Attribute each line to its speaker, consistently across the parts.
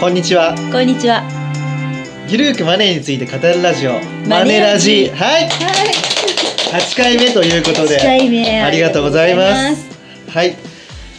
Speaker 1: こんにちは。
Speaker 2: こんにちは。
Speaker 1: ゆるーくマネーについて語るラジオ、マ
Speaker 2: マ
Speaker 1: ネ
Speaker 2: ネ
Speaker 1: ラ
Speaker 2: ラ
Speaker 1: ジ
Speaker 2: ジ。
Speaker 1: はい、8回目ということ
Speaker 2: 一
Speaker 1: で、
Speaker 2: 回目
Speaker 1: ありがとうございます。。はい、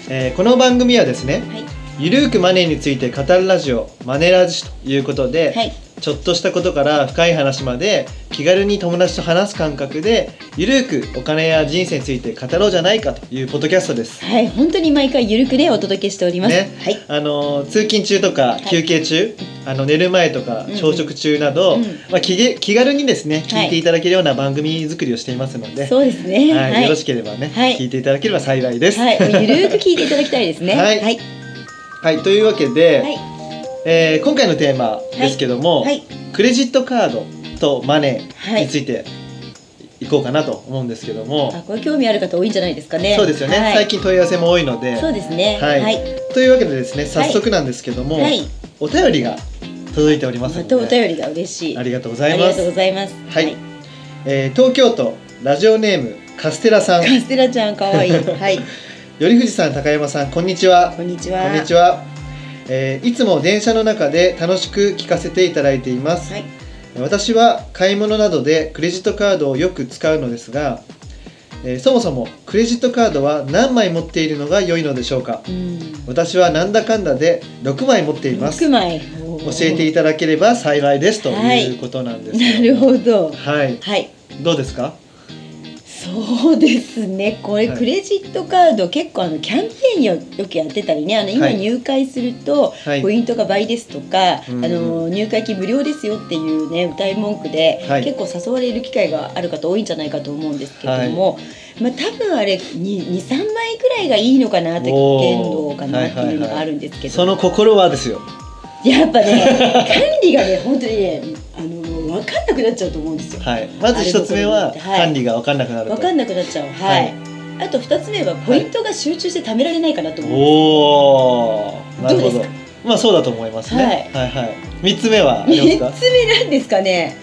Speaker 1: えーこの番組はですね、
Speaker 2: はい。
Speaker 1: ゆるーくマネーについて語るラジオ、マネラジということで、
Speaker 2: はい。
Speaker 1: ちょっとしたことから深い話まで気軽に友達と話す感覚でゆるーくお金や人生について語ろうじゃないかというポッドキャストです。
Speaker 2: はい、本当に毎回ゆるくでお届けしております。
Speaker 1: ね
Speaker 2: はい。
Speaker 1: あのー通勤中とか
Speaker 2: い
Speaker 1: 休憩中、あの寝る前とか
Speaker 2: うんうん
Speaker 1: 朝食中など、
Speaker 2: うん
Speaker 1: まあ、気げ気軽にですね
Speaker 2: はい
Speaker 1: 聞いていただけるような番組作りをしていますので、
Speaker 2: そうですね。
Speaker 1: はいよろし
Speaker 2: く。
Speaker 1: ければね、
Speaker 2: はい
Speaker 1: 聞いていただければ幸いです。
Speaker 2: はい、ゆるく聞いていただきたいですね。
Speaker 1: はい
Speaker 2: はい。
Speaker 1: はいというわけで、
Speaker 2: はい。
Speaker 1: えー今回のテーマですけども、
Speaker 2: はい。
Speaker 1: クレジットカードとマネ
Speaker 2: は
Speaker 1: ー
Speaker 2: い
Speaker 1: についていこうかなと思うんですけども、
Speaker 2: あ、これ興味ある方多いんじゃないですかね。
Speaker 1: そうですよね、
Speaker 2: はい
Speaker 1: 最近問い合わせも多いので
Speaker 2: そうですね。
Speaker 1: はいというわけでですね早速なんですけども、
Speaker 2: はい。
Speaker 1: お便りが届いております
Speaker 2: ま
Speaker 1: ので、
Speaker 2: たお便りが嬉しい。
Speaker 1: あ
Speaker 2: り
Speaker 1: りがとうございま
Speaker 2: ありがとう
Speaker 1: す
Speaker 2: ございます。
Speaker 1: はい、えー東京都ラジオネームカステラ さん
Speaker 2: カステラちゃん可 愛いはい。
Speaker 1: 頼藤さん高山さんこんにちは
Speaker 2: こんにちは。
Speaker 1: こんにちは、えーいつも電車の中で楽しく聞かせていただいています、
Speaker 2: はい。
Speaker 1: 私は買い物などでクレジットカードをよく使うのですが、えーそもそもクレジットカードは何枚持っているのが良いのでしょうか
Speaker 2: うん。
Speaker 1: 私はなんだかんだで6枚持っています
Speaker 2: 六枚。
Speaker 1: 教
Speaker 2: 教
Speaker 1: えていただければ幸いですということなんです
Speaker 2: な
Speaker 1: け
Speaker 2: る
Speaker 1: ども
Speaker 2: ほど。
Speaker 1: はい
Speaker 2: はい。
Speaker 1: どうですか
Speaker 2: そうですねこれ、
Speaker 1: はい
Speaker 2: クレジットカード結構あのキャンペーンよよくやってたりねあの今
Speaker 1: はい
Speaker 2: 入会すると
Speaker 1: はい
Speaker 2: ポイントが倍ですとか、
Speaker 1: うんうん
Speaker 2: あの入会金無料ですよっていうね歌い文句で、
Speaker 1: はい
Speaker 2: 結構誘われる機会がある方多いんじゃないかと思うんですけども、まあ、多分あれ23枚くらいがいいのかなと
Speaker 1: おー
Speaker 2: 限度かなっていうのがあるんですけど、
Speaker 1: その心はですよ
Speaker 2: やっぱね管理がね本当にねあの分かんなくなっちゃうと思うんですよ。
Speaker 1: はいまず一つ目は
Speaker 2: はい
Speaker 1: 管理が分かんなくなると
Speaker 2: 分かんなくなっちゃうはい、あと2つ目はポイントが集中して貯められないかなと思う、
Speaker 1: おおなるほ
Speaker 2: どう
Speaker 1: ど
Speaker 2: です
Speaker 1: まあそうだと思いますねはいはい三つ目はありま
Speaker 2: 3
Speaker 1: す
Speaker 2: つ目なんですかね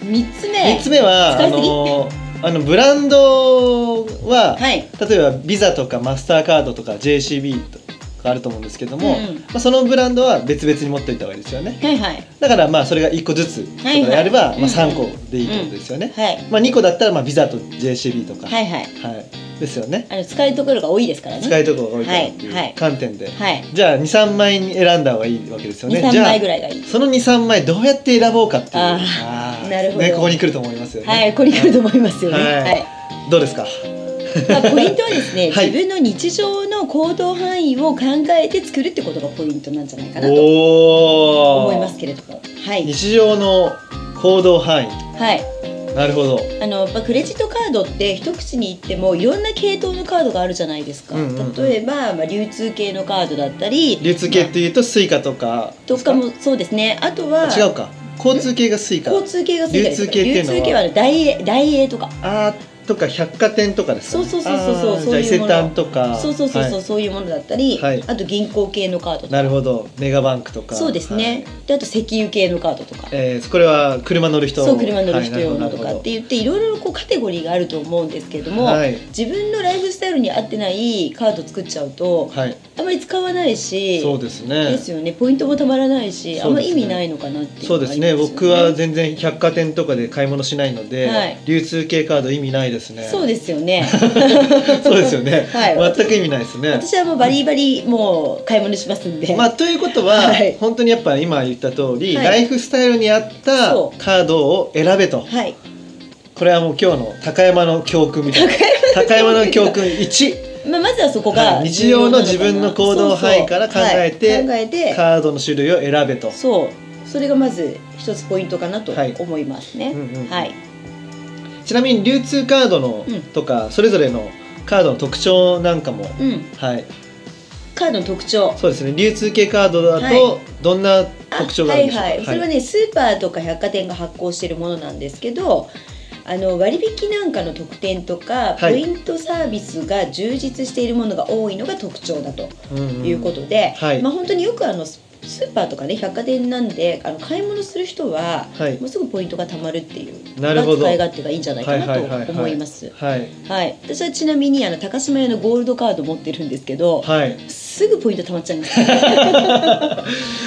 Speaker 2: 3つ
Speaker 1: か
Speaker 2: 目
Speaker 1: 三つ目は
Speaker 2: 使
Speaker 1: あ
Speaker 2: いすぎ
Speaker 1: のーあのブランドは
Speaker 2: はい
Speaker 1: 例えばビザとかマスターカードとか JCB とかあると思うんですけども
Speaker 2: うんうん
Speaker 1: まあそのブランドは別々に持っておいた方がいいですよね
Speaker 2: はいはい
Speaker 1: だからまあそれが1個ずつとか
Speaker 2: はいはい
Speaker 1: やれば
Speaker 2: うん
Speaker 1: まあ3個でいいってことですよね
Speaker 2: はい
Speaker 1: まあ2個だったらまあビザと JCB とか
Speaker 2: はいは
Speaker 1: は
Speaker 2: い
Speaker 1: いですよね
Speaker 2: あの使いどころが多いですからね
Speaker 1: 使いとこが多いからって
Speaker 2: はい
Speaker 1: い
Speaker 2: は
Speaker 1: う
Speaker 2: い
Speaker 1: 観点で
Speaker 2: はい
Speaker 1: じゃあ23枚に選んだ方がいいわけですよね
Speaker 2: 23
Speaker 1: じゃ
Speaker 2: 枚ぐらいがいい
Speaker 1: あその23枚どうやって選ぼうかっていう
Speaker 2: あー
Speaker 1: ー
Speaker 2: なるほど
Speaker 1: ね、ここに来ると思いますよね
Speaker 2: はいこれに来ると思いますよね
Speaker 1: はい
Speaker 2: はい
Speaker 1: どうですか
Speaker 2: まあ、ポイントはですね、
Speaker 1: はい
Speaker 2: 自分の日常の行動範囲を考えて作るってことがポイントなんじゃないかなと
Speaker 1: お
Speaker 2: 思い
Speaker 1: お
Speaker 2: ますけれどもはい
Speaker 1: 日常の行動範囲
Speaker 2: はい
Speaker 1: なるほど
Speaker 2: あのまあクレジットカードって一口に言ってもいろんな系統のカードがあるじゃないですか、
Speaker 1: うんうんうん
Speaker 2: 例えば、まあ、流通系のカードだったり
Speaker 1: 流通系っていうとスイカとか
Speaker 2: とかもそうですねあとは
Speaker 1: あ違うか交通系がスイカ
Speaker 2: 交通系が好きです
Speaker 1: 流通系っていうのは
Speaker 2: 流通系はあの大英大英とか
Speaker 1: あーとか百貨店とかですか、ね、
Speaker 2: そうそうそうそうそう
Speaker 1: あー
Speaker 2: そういう
Speaker 1: じゃあ伊勢
Speaker 2: もの
Speaker 1: 丹とか
Speaker 2: そうそうそうそう、
Speaker 1: は
Speaker 2: そういうものだったり、
Speaker 1: はい
Speaker 2: あと銀行系のカードと
Speaker 1: い
Speaker 2: か
Speaker 1: なるほどメガバンクとか
Speaker 2: そうですね、
Speaker 1: はい
Speaker 2: であと石油系のカードとか
Speaker 1: えーこれは車乗る人
Speaker 2: そう車乗る人用のと
Speaker 1: はい
Speaker 2: かって言っていろいろこうカテゴリーがあると思うんですけれども、
Speaker 1: はい
Speaker 2: 自分のライフスタイルに合ってないカード作っちゃうと、
Speaker 1: はい
Speaker 2: あまり使わないし
Speaker 1: そうですね
Speaker 2: ですよねポイントもたまらないし、あん
Speaker 1: そう
Speaker 2: ま
Speaker 1: ですね
Speaker 2: 意味ないのかなっていう
Speaker 1: そう
Speaker 2: のが
Speaker 1: です
Speaker 2: ありま
Speaker 1: ね
Speaker 2: よ
Speaker 1: 僕は全然百貨店とかで買い物しないので、
Speaker 2: はい
Speaker 1: 流通系カード意味ないですね
Speaker 2: そうですよ ね
Speaker 1: そうですよね、
Speaker 2: はい
Speaker 1: 全く意味ないですね
Speaker 2: 私はもうバリバリもう買い物しますんで、
Speaker 1: まあ、ということは、
Speaker 2: はい
Speaker 1: 本当にやっぱ今言った通り、
Speaker 2: はい
Speaker 1: ライフスタイルに合った
Speaker 2: そう
Speaker 1: カードを選べと
Speaker 2: はい
Speaker 1: これはもう今日の高山の教訓みたいな高山の教訓1
Speaker 2: まあ、まずはそこが、
Speaker 1: はい日常の自分の行動範囲から考えて
Speaker 2: そうそうはい考えて
Speaker 1: カードの種類を選べと
Speaker 2: そうそれがまず一つポイントかなと
Speaker 1: はい
Speaker 2: 思いますね
Speaker 1: うんうんうん
Speaker 2: はい、
Speaker 1: ちなみに流通カードの
Speaker 2: うん
Speaker 1: とか、それぞれのカードの特徴なんかも、
Speaker 2: うん、
Speaker 1: はい、
Speaker 2: カードの特徴
Speaker 1: そうですね流通系カードだ
Speaker 2: は
Speaker 1: とどんな特徴があるんでしょう
Speaker 2: あ
Speaker 1: か、
Speaker 2: はいはい、それはね、スーパーとか百貨店が発行しているものなんですけどあの割引なんかの特典とか、
Speaker 1: はい
Speaker 2: ポイントサービスが充実しているものが多いのが特徴だと
Speaker 1: うん
Speaker 2: いうことで、
Speaker 1: はい
Speaker 2: まあ、本当によくあのススーパーとかね百貨店なんであの買い物する人は、
Speaker 1: はい
Speaker 2: もうすぐポイントがたまるっていう
Speaker 1: なるほど
Speaker 2: まあ使い勝手がいいんじゃないかなと思います。
Speaker 1: はい
Speaker 2: はい、私はちなみにあの高島屋のゴールドカード持ってるんですけど、
Speaker 1: はい
Speaker 2: すすぐポイント貯まっちゃ います、ね、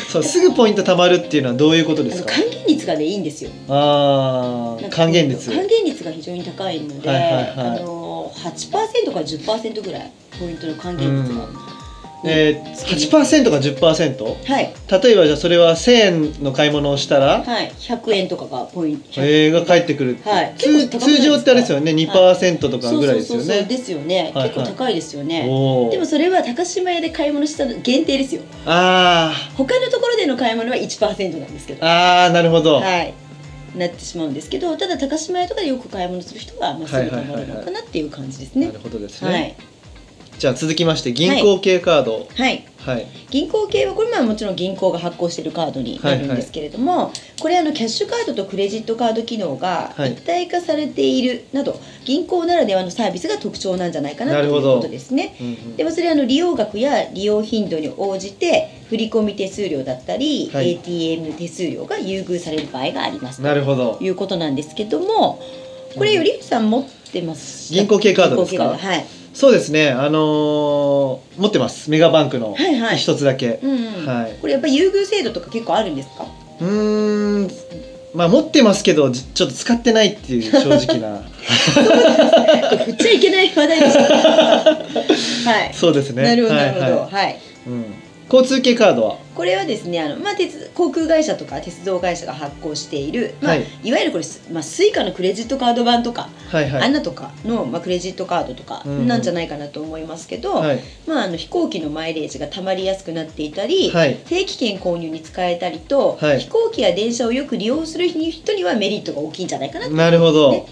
Speaker 1: そうすぐポイント貯まるっていうのはどういうことで
Speaker 2: あ
Speaker 1: す
Speaker 2: の
Speaker 1: か
Speaker 2: 還元率がねいいんですよ
Speaker 1: あ
Speaker 2: な
Speaker 1: あ
Speaker 2: んか
Speaker 1: 還元率
Speaker 2: 還元率が非常に高いので、
Speaker 1: はいはいはい
Speaker 2: あの8%から10%ぐらいポイントの還元率が、
Speaker 1: うんえー、8%か 10%?
Speaker 2: はい
Speaker 1: 例えばじゃあそれは1000円の買い物をしたら、
Speaker 2: はい100円とかがポイント
Speaker 1: えー、が返ってくる、
Speaker 2: はい
Speaker 1: 通
Speaker 2: 結構高くない
Speaker 1: 通
Speaker 2: ですか
Speaker 1: 常ってあれですよね2%とか
Speaker 2: そう
Speaker 1: ぐらい
Speaker 2: そ
Speaker 1: です
Speaker 2: うそ
Speaker 1: よ
Speaker 2: うそう
Speaker 1: ね
Speaker 2: ですよ
Speaker 1: は
Speaker 2: ね、
Speaker 1: いはい
Speaker 2: 結構高いですよね
Speaker 1: お
Speaker 2: でも
Speaker 1: お
Speaker 2: それは高島屋で買い物した限定ですよ
Speaker 1: あ
Speaker 2: 他のところでの買い物は1%なんですけ
Speaker 1: ー
Speaker 2: ど
Speaker 1: あーなるほど、
Speaker 2: はいなってしまうんですけどただ高島屋とかでよく買い物する人はまあすぐ貯まるのかなっていう感じです
Speaker 1: な
Speaker 2: ね
Speaker 1: るほどですね、
Speaker 2: はい
Speaker 1: じゃあ続きまして銀行系カード
Speaker 2: はい
Speaker 1: はい、
Speaker 2: 銀行系はこれまあもちろん銀行が発行しているカードになるんですけれども、これあのキャッシュカードとクレジットカード機能が
Speaker 1: はい
Speaker 2: 一体化されているなど、銀行ならではのサービスが特徴なんじゃないかな
Speaker 1: な
Speaker 2: とい
Speaker 1: る
Speaker 2: う
Speaker 1: ほど
Speaker 2: ことですね。
Speaker 1: うんうん
Speaker 2: でもそれはあの利用額や利用頻度に応じて振込手数料だったり、
Speaker 1: はい
Speaker 2: ATM 手数料が優遇される場合があります
Speaker 1: なるほど
Speaker 2: ということなんですけどもこれよりさん持ってます
Speaker 1: 銀行系カードですか
Speaker 2: 銀行系カー
Speaker 1: そうですねあのー持ってますメガバンクの
Speaker 2: はいはい
Speaker 1: 一つだけ、
Speaker 2: ドはい、うんうん
Speaker 1: はい
Speaker 2: これやっぱ優遇制度とか結構あるんですか
Speaker 1: うーんまあ持ってますけどじちょっと使ってないっていう正直な
Speaker 2: 振っちゃいけない話題でした。はい。
Speaker 1: そうですね
Speaker 2: なるほど、
Speaker 1: は
Speaker 2: ないるほど、
Speaker 1: は
Speaker 2: はいい、
Speaker 1: うん、交通系カードは
Speaker 2: これはですね、あの、まあ、鉄、航空会社とか、鉄道会社が発行している。まあ、
Speaker 1: はい
Speaker 2: い、わゆるこれ、すまあ、スイカのクレジットカード版とか、
Speaker 1: はいは
Speaker 2: ア
Speaker 1: い
Speaker 2: ンナとかの、まあ、クレジットカードとか、
Speaker 1: うんうん
Speaker 2: なんじゃないかなと思いますけど。
Speaker 1: はい
Speaker 2: まあ、あの、飛行機のマイレージがたまりやすくなっていたり。
Speaker 1: はい
Speaker 2: 定期券購入に使えたりと、
Speaker 1: はい
Speaker 2: 飛行機や電車をよく利用する人にはメリットが大きいんじゃないかなと、ね。
Speaker 1: なるほど
Speaker 2: はい。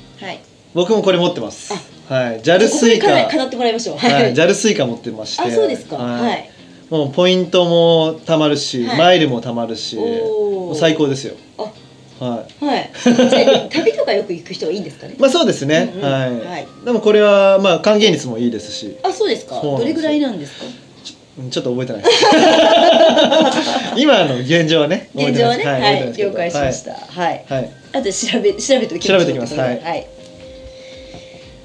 Speaker 1: 僕もこれ持ってますはい JAL
Speaker 2: こ
Speaker 1: ス
Speaker 2: こ
Speaker 1: イ
Speaker 2: に
Speaker 1: カ
Speaker 2: から語ってもらいましょう。
Speaker 1: はい JAL スイカ持ってまして
Speaker 2: あ、そうですか。
Speaker 1: はい
Speaker 2: はい
Speaker 1: もうポイントもたまるし、
Speaker 2: はい
Speaker 1: マイルもたまるし
Speaker 2: おー
Speaker 1: もう最高ですよ
Speaker 2: あ
Speaker 1: は
Speaker 2: はい。 じゃあ旅とかよく行く人はいいんですかね
Speaker 1: い。まあそうですね、
Speaker 2: うんうん
Speaker 1: はい、
Speaker 2: はい
Speaker 1: でもこれはまあ還元率もいいですし
Speaker 2: あ、そうですか。
Speaker 1: そうなんです
Speaker 2: ど
Speaker 1: よ
Speaker 2: れぐらいなんですか。
Speaker 1: うんちょっと覚え てないです今の現状はね覚え
Speaker 2: 現
Speaker 1: て
Speaker 2: 状
Speaker 1: な
Speaker 2: はいね、
Speaker 1: です覚えてないで
Speaker 2: はい、
Speaker 1: すけど
Speaker 2: 了解しました。はい。
Speaker 1: はい、はい
Speaker 2: あと調べ調べておきましょ
Speaker 1: 調
Speaker 2: う
Speaker 1: べておきますはい
Speaker 2: はい。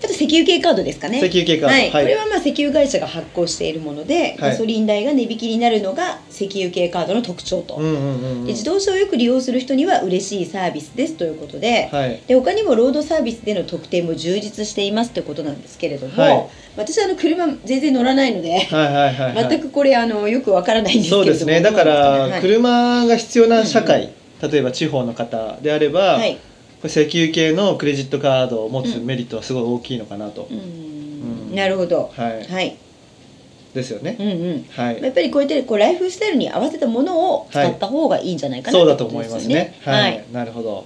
Speaker 2: あと石油系カードですかね。
Speaker 1: 石油系カード
Speaker 2: はい。
Speaker 1: はい
Speaker 2: これはまあ石油会社が発行しているもので、
Speaker 1: はい
Speaker 2: ガソリン代が値引きになるのが石油系カードの特徴と。
Speaker 1: うんうんうんうん
Speaker 2: で自動車をよく利用する人には嬉しいサービスですということで,、
Speaker 1: はい
Speaker 2: で他にもロードサービスでの特典も充実していますということなんですけれども、
Speaker 1: はい
Speaker 2: 私あの車全然乗らないので、
Speaker 1: はいはいはいはい
Speaker 2: 全くこれあのよくわからないんですけれ
Speaker 1: そ
Speaker 2: ど
Speaker 1: う
Speaker 2: も
Speaker 1: ですねだか
Speaker 2: は
Speaker 1: ら
Speaker 2: い
Speaker 1: 車が必要な社会、例えば地方の方であれば、
Speaker 2: はい、
Speaker 1: これ石油系のクレジットカードを持つ
Speaker 2: うん
Speaker 1: メリットはすごい大きいのかなと、
Speaker 2: う
Speaker 1: うんん
Speaker 2: なるほど
Speaker 1: はい
Speaker 2: はい、
Speaker 1: ですよね、
Speaker 2: うんうん
Speaker 1: は
Speaker 2: や
Speaker 1: い
Speaker 2: っぱりこうやってこうライフスタイルに合わせたものを使った方がいいんじゃないかな
Speaker 1: そうだ
Speaker 2: って
Speaker 1: と
Speaker 2: こ
Speaker 1: 思
Speaker 2: で
Speaker 1: い
Speaker 2: よ
Speaker 1: ますねはい、
Speaker 2: はい、
Speaker 1: なるほど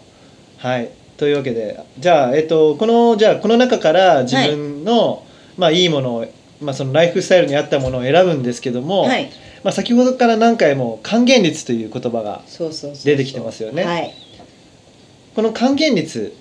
Speaker 1: はいというわけでじゃあえっとこのじゃあこの中から自分の、まあいいものをまあそのライフスタイルに合ったものを選ぶんですけども、
Speaker 2: はい、
Speaker 1: まあ先ほどから何回も還元率という言葉が
Speaker 2: そうそうそうそう
Speaker 1: 出てきてますよね
Speaker 2: はい
Speaker 1: この還元率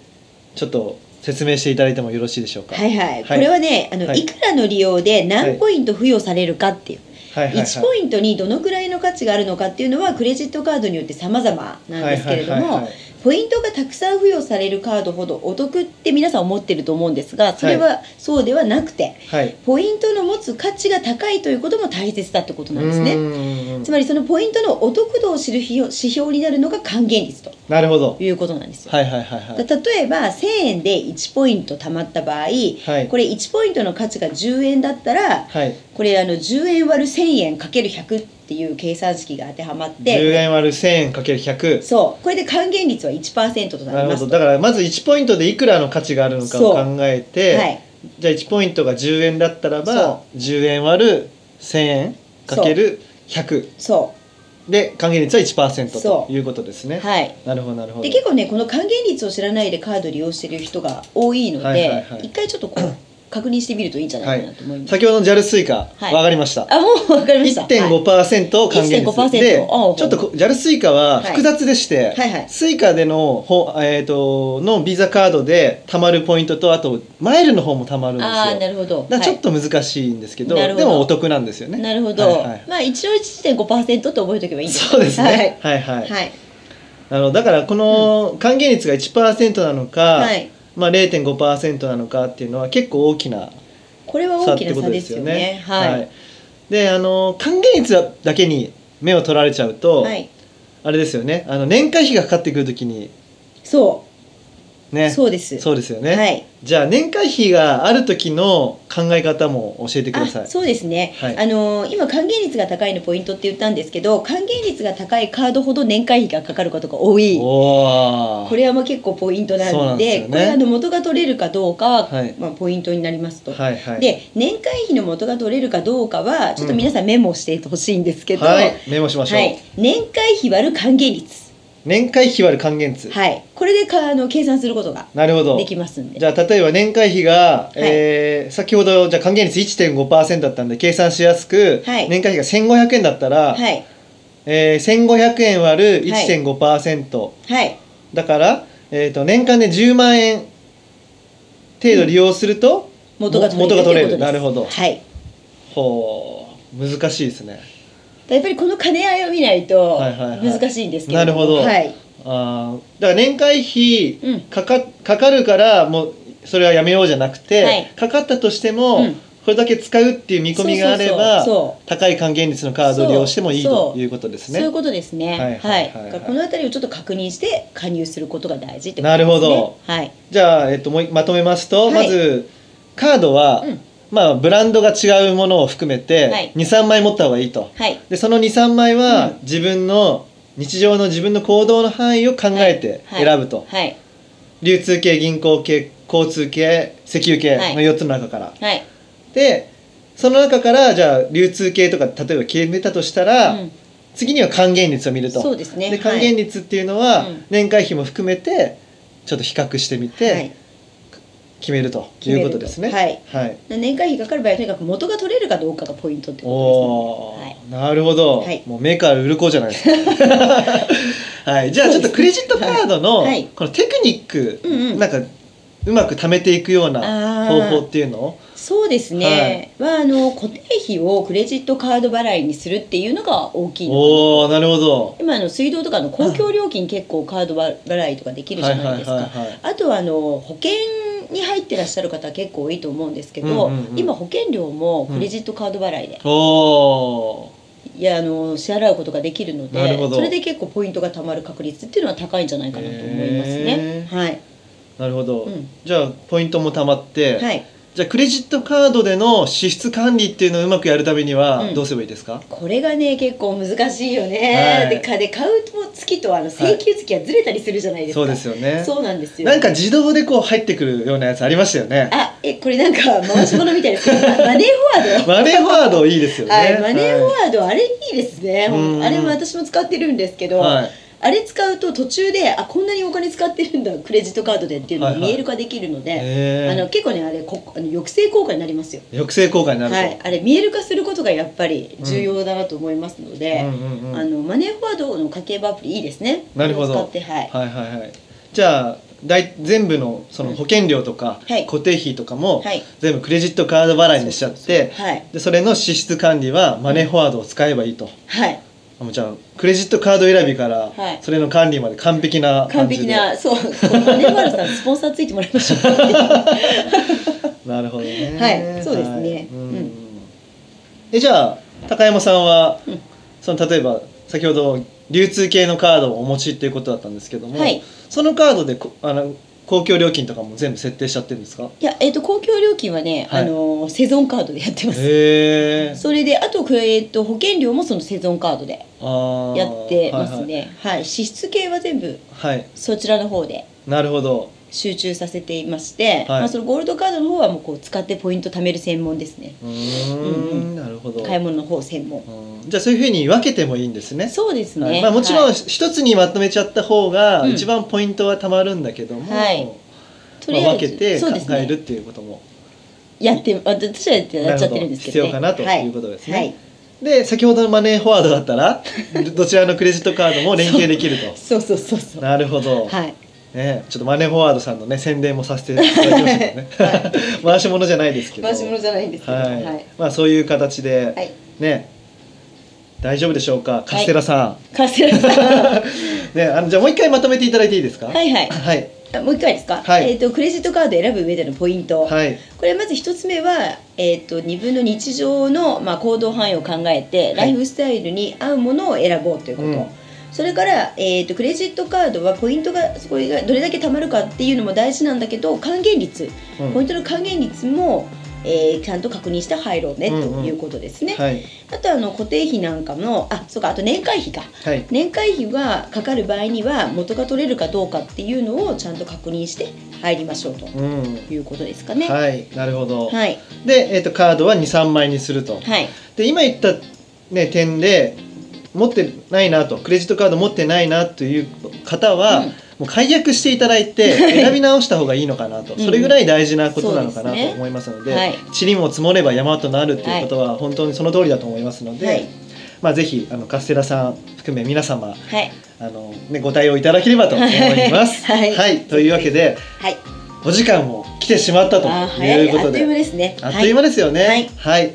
Speaker 1: ちょっと説明していただいてもよろしいでしょうか
Speaker 2: はいはい、
Speaker 1: はい
Speaker 2: これはねあの、
Speaker 1: はい
Speaker 2: い、くらの利用
Speaker 1: は
Speaker 2: で
Speaker 1: い
Speaker 2: 何ポイント付与されるかっていう、
Speaker 1: はいはいはい
Speaker 2: 1ポイントにどのくらいの価値があるのかっていうのはクレジットカードによって様々なんですけれど
Speaker 1: はいはいはい
Speaker 2: も
Speaker 1: はい
Speaker 2: ポイントがたくさん付与されるカードほどお得って皆さん思ってると思うんですがそれはそうではなくて、
Speaker 1: はい
Speaker 2: ポイントの持つ価値が高いということも大切だってことなんです
Speaker 1: う
Speaker 2: ね。
Speaker 1: ーん
Speaker 2: つまりそのポイントのお得度を知る指標指標になるのが還元率と
Speaker 1: なるほど
Speaker 2: いうことなんですよ。
Speaker 1: はいはいはいはい
Speaker 2: だ例えば1000円で1ポイント貯まった場合、
Speaker 1: はい
Speaker 2: これ1ポイントの価値が10円だったら、
Speaker 1: はい
Speaker 2: これあの10円割る1000円かける100っていう計算式が当てはまっ
Speaker 1: 10
Speaker 2: て
Speaker 1: 円割る1000円かける100
Speaker 2: そうこれで還元率は1%と
Speaker 1: な
Speaker 2: なり
Speaker 1: る
Speaker 2: ま
Speaker 1: ほ
Speaker 2: す
Speaker 1: どだからまず1ポイントでいくらの価値があるのかを
Speaker 2: そう
Speaker 1: 考えて、
Speaker 2: はい
Speaker 1: じゃあ1ポイントが10円だったらば
Speaker 2: そ
Speaker 1: 10円割る1000円かける100
Speaker 2: そ
Speaker 1: で還元率は1%と
Speaker 2: そう
Speaker 1: いうことですね
Speaker 2: うはい
Speaker 1: なるほどなるほど
Speaker 2: で結構ねこの還元率を知らないでカード利用してる人が多いので、
Speaker 1: はいはいはい
Speaker 2: 一回ちょっとこう確認してみるといいんじゃないかなと思います、
Speaker 1: 先ほどの JAL スイカ、
Speaker 2: はい
Speaker 1: わかりました
Speaker 2: あもう分かりましたはい
Speaker 1: 1.5%を還元率
Speaker 2: 1.5%
Speaker 1: で
Speaker 2: おう
Speaker 1: ちょっとこ JAL スイカは複雑でして、
Speaker 2: いはいはい
Speaker 1: スイカでのほ、えー、とのビザカードで貯まるポイントとあとマイルの方も貯まるんですよ
Speaker 2: ああなるほど
Speaker 1: だからちょっ
Speaker 2: と、
Speaker 1: と難しいんですけど,、
Speaker 2: なるほ
Speaker 1: で
Speaker 2: ど
Speaker 1: もお得なんですよね
Speaker 2: なるほど、
Speaker 1: はいはい
Speaker 2: まあ一応1.5%って覚えておけばいいんです
Speaker 1: そうですねはいは、
Speaker 2: はいい、はい
Speaker 1: あのだからこの還元率が1%なのか、
Speaker 2: はい
Speaker 1: まあ、0.5%なのかっていうのは結構大きな
Speaker 2: これは
Speaker 1: 差っ
Speaker 2: 大き
Speaker 1: て
Speaker 2: な
Speaker 1: こと
Speaker 2: 差
Speaker 1: で
Speaker 2: ですす
Speaker 1: よ
Speaker 2: よ
Speaker 1: ね
Speaker 2: ねはい、
Speaker 1: であの還元率だけに目を取られちゃうと、
Speaker 2: はい
Speaker 1: あれですよねあの年会費がかかってくるときに
Speaker 2: そ
Speaker 1: ね
Speaker 2: うそうです
Speaker 1: そうですよね、
Speaker 2: はい
Speaker 1: じゃあ年会費がある時の考え方も教えてくださ
Speaker 2: あ
Speaker 1: い
Speaker 2: そうですね、
Speaker 1: はい
Speaker 2: あのー今還元率が高いのポイントって言ったんですけど還元率が高いカードほど年会費がかかることが多い
Speaker 1: おお
Speaker 2: これはもう結構ポイントなんで
Speaker 1: そうなんですよね
Speaker 2: これあの元が取れるかどうかは、
Speaker 1: はい
Speaker 2: まあ、ポイントになりますと、
Speaker 1: はいはい
Speaker 2: で年会費の元が取れるかどうかはちょっと皆さんメモしてほしいんですけど、
Speaker 1: はいメモしましょう、
Speaker 2: はい年会費割る還元率、
Speaker 1: 年会費割る還元率、
Speaker 2: はい、これでかあの計算することが
Speaker 1: なるほど
Speaker 2: できますんで
Speaker 1: じゃあ例えば年会費が、えー先ほどじゃあ還元率1.5%だったんで計算しやすく、
Speaker 2: はい
Speaker 1: 年会費が1500円だったら、
Speaker 2: はい
Speaker 1: えー1500円割る1.5%、
Speaker 2: はい
Speaker 1: だから、えー、と年間で10万円程度利用すると、
Speaker 2: 元が取れる
Speaker 1: 元が取れる
Speaker 2: ということです
Speaker 1: なるほど
Speaker 2: はい
Speaker 1: ほう難しいですね
Speaker 2: やっぱりこの兼ね合いを見ないと
Speaker 1: はいはいはい
Speaker 2: 難しいんですけれども、
Speaker 1: なるほど
Speaker 2: はい、
Speaker 1: あーだから年会費
Speaker 2: うん
Speaker 1: かか,、かかるからもうそれはやめようじゃなくて、
Speaker 2: はい
Speaker 1: かかったとしても、
Speaker 2: うん
Speaker 1: これだけ使うっていう見込みがあれば
Speaker 2: そうそうそうそ
Speaker 1: 高い還元率のカードを利用してもいい
Speaker 2: そう
Speaker 1: ということです
Speaker 2: そういう
Speaker 1: ね。
Speaker 2: ことですね
Speaker 1: は
Speaker 2: はいい、
Speaker 1: はいはいはい
Speaker 2: だからこの辺りをちょっと確認して加入することが大事ってことですね
Speaker 1: なるほど
Speaker 2: はい
Speaker 1: じゃあ、えっと、もうまとめますと、
Speaker 2: はい
Speaker 1: まずカードは、
Speaker 2: うん
Speaker 1: まあ、ブランドが違うものを含めて、
Speaker 2: はい
Speaker 1: 23枚持った方がいいと。
Speaker 2: はい
Speaker 1: でその23枚は
Speaker 2: うん
Speaker 1: 自分の日常の自分の行動の範囲を考えて
Speaker 2: はい
Speaker 1: 選ぶと、
Speaker 2: はい
Speaker 1: 流通系銀行系交通系石油系
Speaker 2: はい
Speaker 1: の4つの中から、
Speaker 2: はい
Speaker 1: でその中からじゃあ流通系とか例えば決めたとしたら、
Speaker 2: うん
Speaker 1: 次には還元率を見ると
Speaker 2: そうですね
Speaker 1: で還元率っていうのは
Speaker 2: うん
Speaker 1: 年会費も含めてちょっと比較してみ
Speaker 2: はい、
Speaker 1: て決めるということですね。
Speaker 2: 決め
Speaker 1: は
Speaker 2: る
Speaker 1: い、
Speaker 2: 年会費かかる場合はとにかく元が取れるかどうかがポイントって
Speaker 1: お
Speaker 2: こ
Speaker 1: お、
Speaker 2: とですね、
Speaker 1: なるほど、
Speaker 2: はい
Speaker 1: もう目から鱗じゃないです かはいじゃあちょっとクレジットカードの
Speaker 2: はい
Speaker 1: このテクニック、
Speaker 2: うんうん
Speaker 1: なんかうまく貯めていくような
Speaker 2: あ
Speaker 1: 方
Speaker 2: ー
Speaker 1: 法っていうのを
Speaker 2: はい、そうですね、はあの固定費をクレジットカード払いにするっていうのが大きいのかな
Speaker 1: おおなるほど
Speaker 2: 今あの水道とかの公共料金結構カード払いとかできるじゃないです
Speaker 1: はい
Speaker 2: か
Speaker 1: はいはいはい
Speaker 2: あとはあの保険に入ってらっしゃる方結構多いと思うんですけど、
Speaker 1: うんうんうん
Speaker 2: 今保険料もクレジットカード払いで、
Speaker 1: おお
Speaker 2: いやあの支払うことができるの
Speaker 1: なる
Speaker 2: で
Speaker 1: ほど
Speaker 2: それで結構ポイントがたまる確率っていうのは高いんじゃないかなと思います
Speaker 1: へ
Speaker 2: ね。
Speaker 1: ー
Speaker 2: はい、
Speaker 1: なるほど、
Speaker 2: うん
Speaker 1: じゃあポイントもたまって、
Speaker 2: はい、
Speaker 1: じゃあクレジットカードでの支出管理っていうのをうまくやるためには
Speaker 2: うん
Speaker 1: どうすればいいですか、
Speaker 2: これがね結構難しいよね。
Speaker 1: はい
Speaker 2: でかで買う月とあの請求月がずれたりするじゃないですか。
Speaker 1: そうですよね
Speaker 2: そうなんですよ。
Speaker 1: なんか自動でこう入ってくるようなやつありましたよね
Speaker 2: あえこれなんか回し物みたいですけどまマネーフォワード
Speaker 1: マネーフォワードいいですよね、
Speaker 2: はい、マネーフォ
Speaker 1: はい
Speaker 2: ワード、あれいいですね、
Speaker 1: うん
Speaker 2: あれも私も使ってるんですけど、
Speaker 1: はい
Speaker 2: あれ使うと途中であこんなにお金使ってるんだクレジットカードでっていうの
Speaker 1: は
Speaker 2: が
Speaker 1: いはい
Speaker 2: 見える化できるので、
Speaker 1: へー
Speaker 2: あの結構ねあれこあの抑制効果になりますよ、
Speaker 1: 抑制効果になると、
Speaker 2: はい、あれ見える化することがやっぱり重要だなと思いますので、
Speaker 1: うんうんうんうん
Speaker 2: あのマネーフォワードの家計簿アプリいいですね
Speaker 1: なるほど
Speaker 2: これを使ってはい、
Speaker 1: はいはいはいじゃあ大全部のその保険料とか、
Speaker 2: はい
Speaker 1: 固定費とかも、
Speaker 2: はい
Speaker 1: 全部クレジットカード払いにしちゃって
Speaker 2: そうそうそうはい
Speaker 1: でそれの支出管理はマネーフォワードを使えばいいと、
Speaker 2: はい
Speaker 1: あもうじゃあクレジットカード選びから、
Speaker 2: はい
Speaker 1: それの管理まで完璧な
Speaker 2: 完
Speaker 1: 感じ
Speaker 2: 璧
Speaker 1: で
Speaker 2: なそうこのマネーフォワードさんスポンサーついてもらいましょう
Speaker 1: なるほどね
Speaker 2: はいそうですね
Speaker 1: はいうん
Speaker 2: うん
Speaker 1: えじゃあ高山さんは、
Speaker 2: うん
Speaker 1: その例えば先ほど流通系のカードをお持ちっていうことだったんですけども、
Speaker 2: はい
Speaker 1: そのカードでこあの公共料金とかも全部設定しちゃってるんですか
Speaker 2: いや、えっと公共料金はね、
Speaker 1: はい
Speaker 2: あのセゾンカードでやってます
Speaker 1: へえ
Speaker 2: それであと,、えー、と保険料もそのセゾンカードで
Speaker 1: あー
Speaker 2: やってますねはい、支出系は全部
Speaker 1: はい、はい、
Speaker 2: そちらの方で
Speaker 1: なるほど
Speaker 2: 集中させていまして、
Speaker 1: い
Speaker 2: まあ、そのゴールドカードの方はもうこう使ってポイント貯める専門ですね
Speaker 1: うーん
Speaker 2: うん
Speaker 1: なるほど
Speaker 2: 買い物の方専門
Speaker 1: うんじゃあそういうふうに分けてもいいんですね
Speaker 2: そうですね、
Speaker 1: はいまあ、もちろ
Speaker 2: は
Speaker 1: ん
Speaker 2: い
Speaker 1: 一つにまとめちゃった方が
Speaker 2: うん
Speaker 1: 一番ポイントはたまるんだけども、
Speaker 2: はいと
Speaker 1: ま
Speaker 2: り
Speaker 1: あ、
Speaker 2: あ
Speaker 1: 分
Speaker 2: え
Speaker 1: け
Speaker 2: ず
Speaker 1: て
Speaker 2: そ
Speaker 1: 考
Speaker 2: うです
Speaker 1: え
Speaker 2: ね
Speaker 1: るっていうことも、
Speaker 2: やって私はやっちゃってるんですけど、ね、
Speaker 1: なるほど必要かなということですね
Speaker 2: はいはい
Speaker 1: で先ほどのマネーフォワードだったらどちらのクレジットカードも連携できると
Speaker 2: そうそうそうそう
Speaker 1: なるほど、
Speaker 2: はい
Speaker 1: ね、ちょっとマネーフォワードさんのね宣伝もさせていただきましたけどね、 回し物じゃないですけど
Speaker 2: 回し物じゃないんですけど
Speaker 1: はい
Speaker 2: はい
Speaker 1: まあそういう形で、
Speaker 2: はい
Speaker 1: ね大丈夫でしょうかカステラさん、
Speaker 2: カステラさん
Speaker 1: ねあのじゃあもう一回まとめていただいていいですか
Speaker 2: はいはい
Speaker 1: はい
Speaker 2: あもう一回ですか、
Speaker 1: はい
Speaker 2: えっとクレジットカード選ぶ上でのポイント、
Speaker 1: はい
Speaker 2: これまず一つ目は、えっと自分の日常の、まあ、行動範囲を考えて、
Speaker 1: い
Speaker 2: ライフスタイルに合うものを選ぼうということ、
Speaker 1: うん
Speaker 2: それから、えっとクレジットカードはポイントがこれがどれだけ貯まるかっていうのも大事なんだけど還元率
Speaker 1: う
Speaker 2: ポイ
Speaker 1: ん
Speaker 2: ントの還元率も、えーちゃんと確認して入ろうね、
Speaker 1: うんうん
Speaker 2: ということですね、
Speaker 1: はい
Speaker 2: あとあの固定費なんかのあそうかあと年会費か
Speaker 1: はい
Speaker 2: 年会費がかかる場合には元が取れるかどうかっていうのをちゃんと確認して入りましょうと
Speaker 1: うん
Speaker 2: いうことですかね。は
Speaker 1: は
Speaker 2: い、
Speaker 1: いなるほど、
Speaker 2: はい、
Speaker 1: で、えー、とカードは23枚にすると
Speaker 2: はい、
Speaker 1: で今言った、ね、点で持ってないなとクレジットカード持ってないなという方は、
Speaker 2: うん
Speaker 1: もう解約していただいて選び直した方がいいのかなと、
Speaker 2: ん
Speaker 1: それぐらい大事なことなのかな
Speaker 2: そ
Speaker 1: と
Speaker 2: うですね
Speaker 1: 思いますので
Speaker 2: はい
Speaker 1: 塵も積もれば山となるっていうことは本当にその通りだと思いますので、
Speaker 2: はい
Speaker 1: まあ、ぜひあのカステラさん含め皆様
Speaker 2: はい、
Speaker 1: あの、ね、ご対応いただければと思い ます。
Speaker 2: はい
Speaker 1: というわけで
Speaker 2: はい、
Speaker 1: お時間も来てしまったと
Speaker 2: あー早
Speaker 1: い
Speaker 2: いう
Speaker 1: こ
Speaker 2: あ
Speaker 1: と
Speaker 2: っという間
Speaker 1: で。
Speaker 2: ですね。
Speaker 1: あっという
Speaker 2: は
Speaker 1: 間ですよね。
Speaker 2: はい
Speaker 1: はい。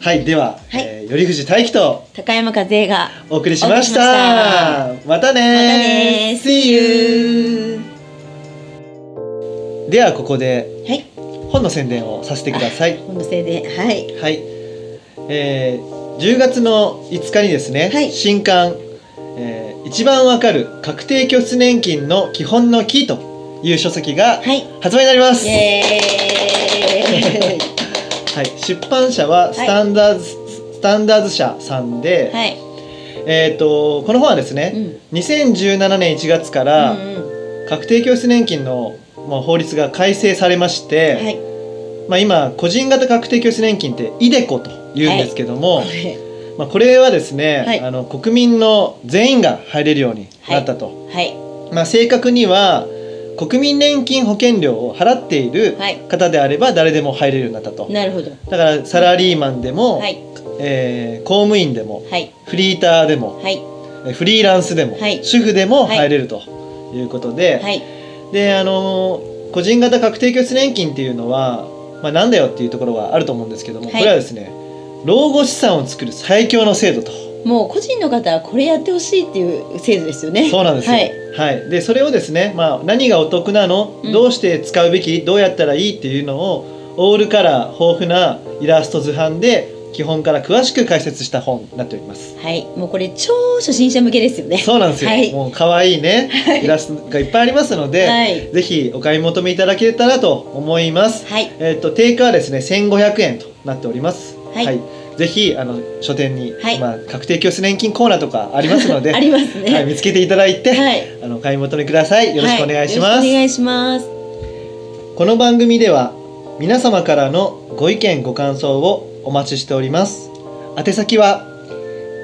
Speaker 1: はいでは、
Speaker 2: はい
Speaker 1: えー頼藤大樹と
Speaker 2: 高山和恵が。
Speaker 1: お送りしました。
Speaker 2: お
Speaker 1: またね
Speaker 2: またねー
Speaker 1: See
Speaker 2: you
Speaker 1: ではここで
Speaker 2: はい、
Speaker 1: 本の宣伝をさせてください。
Speaker 2: 本のせいで、はい、
Speaker 1: はい。えー、10月の5日にですね、
Speaker 2: はい
Speaker 1: 新刊、えー、一番わかる確定拠出年金の基本のキーという書籍が
Speaker 2: はい、
Speaker 1: 発売になります。
Speaker 2: イエーイ。
Speaker 1: はい、出版社はスタンダーズ、スタンダーズ社さんで、
Speaker 2: はい、
Speaker 1: えっ、とこの本はです
Speaker 2: う
Speaker 1: ね、
Speaker 2: ん、
Speaker 1: 2017年1月から
Speaker 2: うん、
Speaker 1: 確定拠出年金のまあ法律が改正されまし
Speaker 2: う
Speaker 1: て、
Speaker 2: ん、はい、
Speaker 1: まあ今個人型確定拠出年金ってイデコと言うんですけども、
Speaker 2: これ
Speaker 1: まあこれはですね、
Speaker 2: はい
Speaker 1: あの国民の全員が入れるようになったと。
Speaker 2: はい、
Speaker 1: まあ正確には国民年金保険料を払っている
Speaker 2: はい
Speaker 1: 方であれば誰でも入れるようになったと。
Speaker 2: なるほど。
Speaker 1: だからサラリーマンでも、
Speaker 2: はい、
Speaker 1: えー公務員でも
Speaker 2: はい、
Speaker 1: フリーターでも
Speaker 2: はい、
Speaker 1: えーフリーランスでも、
Speaker 2: はい
Speaker 1: 主婦でも
Speaker 2: はい
Speaker 1: 入れるということで、
Speaker 2: はい、
Speaker 1: であのー個人型確定拠出年金っていうのは、まあ、なんだよっていうところがあると思うんですけども、
Speaker 2: はい
Speaker 1: これはですね老後資産を作る最強の制度と
Speaker 2: もう個人の方はこれやってほしいっていう制度ですよね。
Speaker 1: そうなんですよ。
Speaker 2: は
Speaker 1: はいい、でそれをですね、まあ、何がお得なの、
Speaker 2: うん
Speaker 1: どうして使うべきどうやったらいいっていうのをオールカラー豊富なイラスト図版で基本から詳しく解説した本になっております。
Speaker 2: はい、もうこれ超初心者向けですよね。
Speaker 1: そうなんですよ、
Speaker 2: はい
Speaker 1: もう可愛いね、イラストがいっぱいありますので、
Speaker 2: はい
Speaker 1: ぜひお買い求めいただけたらと思います、
Speaker 2: はい、
Speaker 1: えっ、と定価はですね1500円となっております
Speaker 2: はい
Speaker 1: ぜひあの書店に、
Speaker 2: はい
Speaker 1: まあ、確定拠出年金コーナーとかありますので
Speaker 2: ありますね。
Speaker 1: はい、見つけていただいて、
Speaker 2: はい
Speaker 1: あのお買い求めくださいよろしくお願いします、
Speaker 2: はい、よろしくお願いします。
Speaker 1: この番組では皆様からのご意見ご感想をお待ちしております宛先は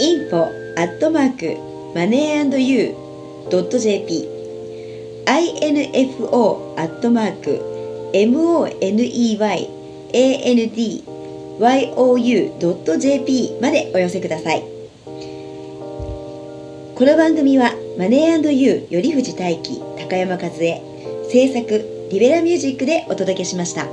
Speaker 2: info アットマークマネー &you ドット jp info アットマーク money and you ドット jp までお寄せください。この番組はマネー &you より藤大輝高山和恵制作リベラミュージックでお届けしました。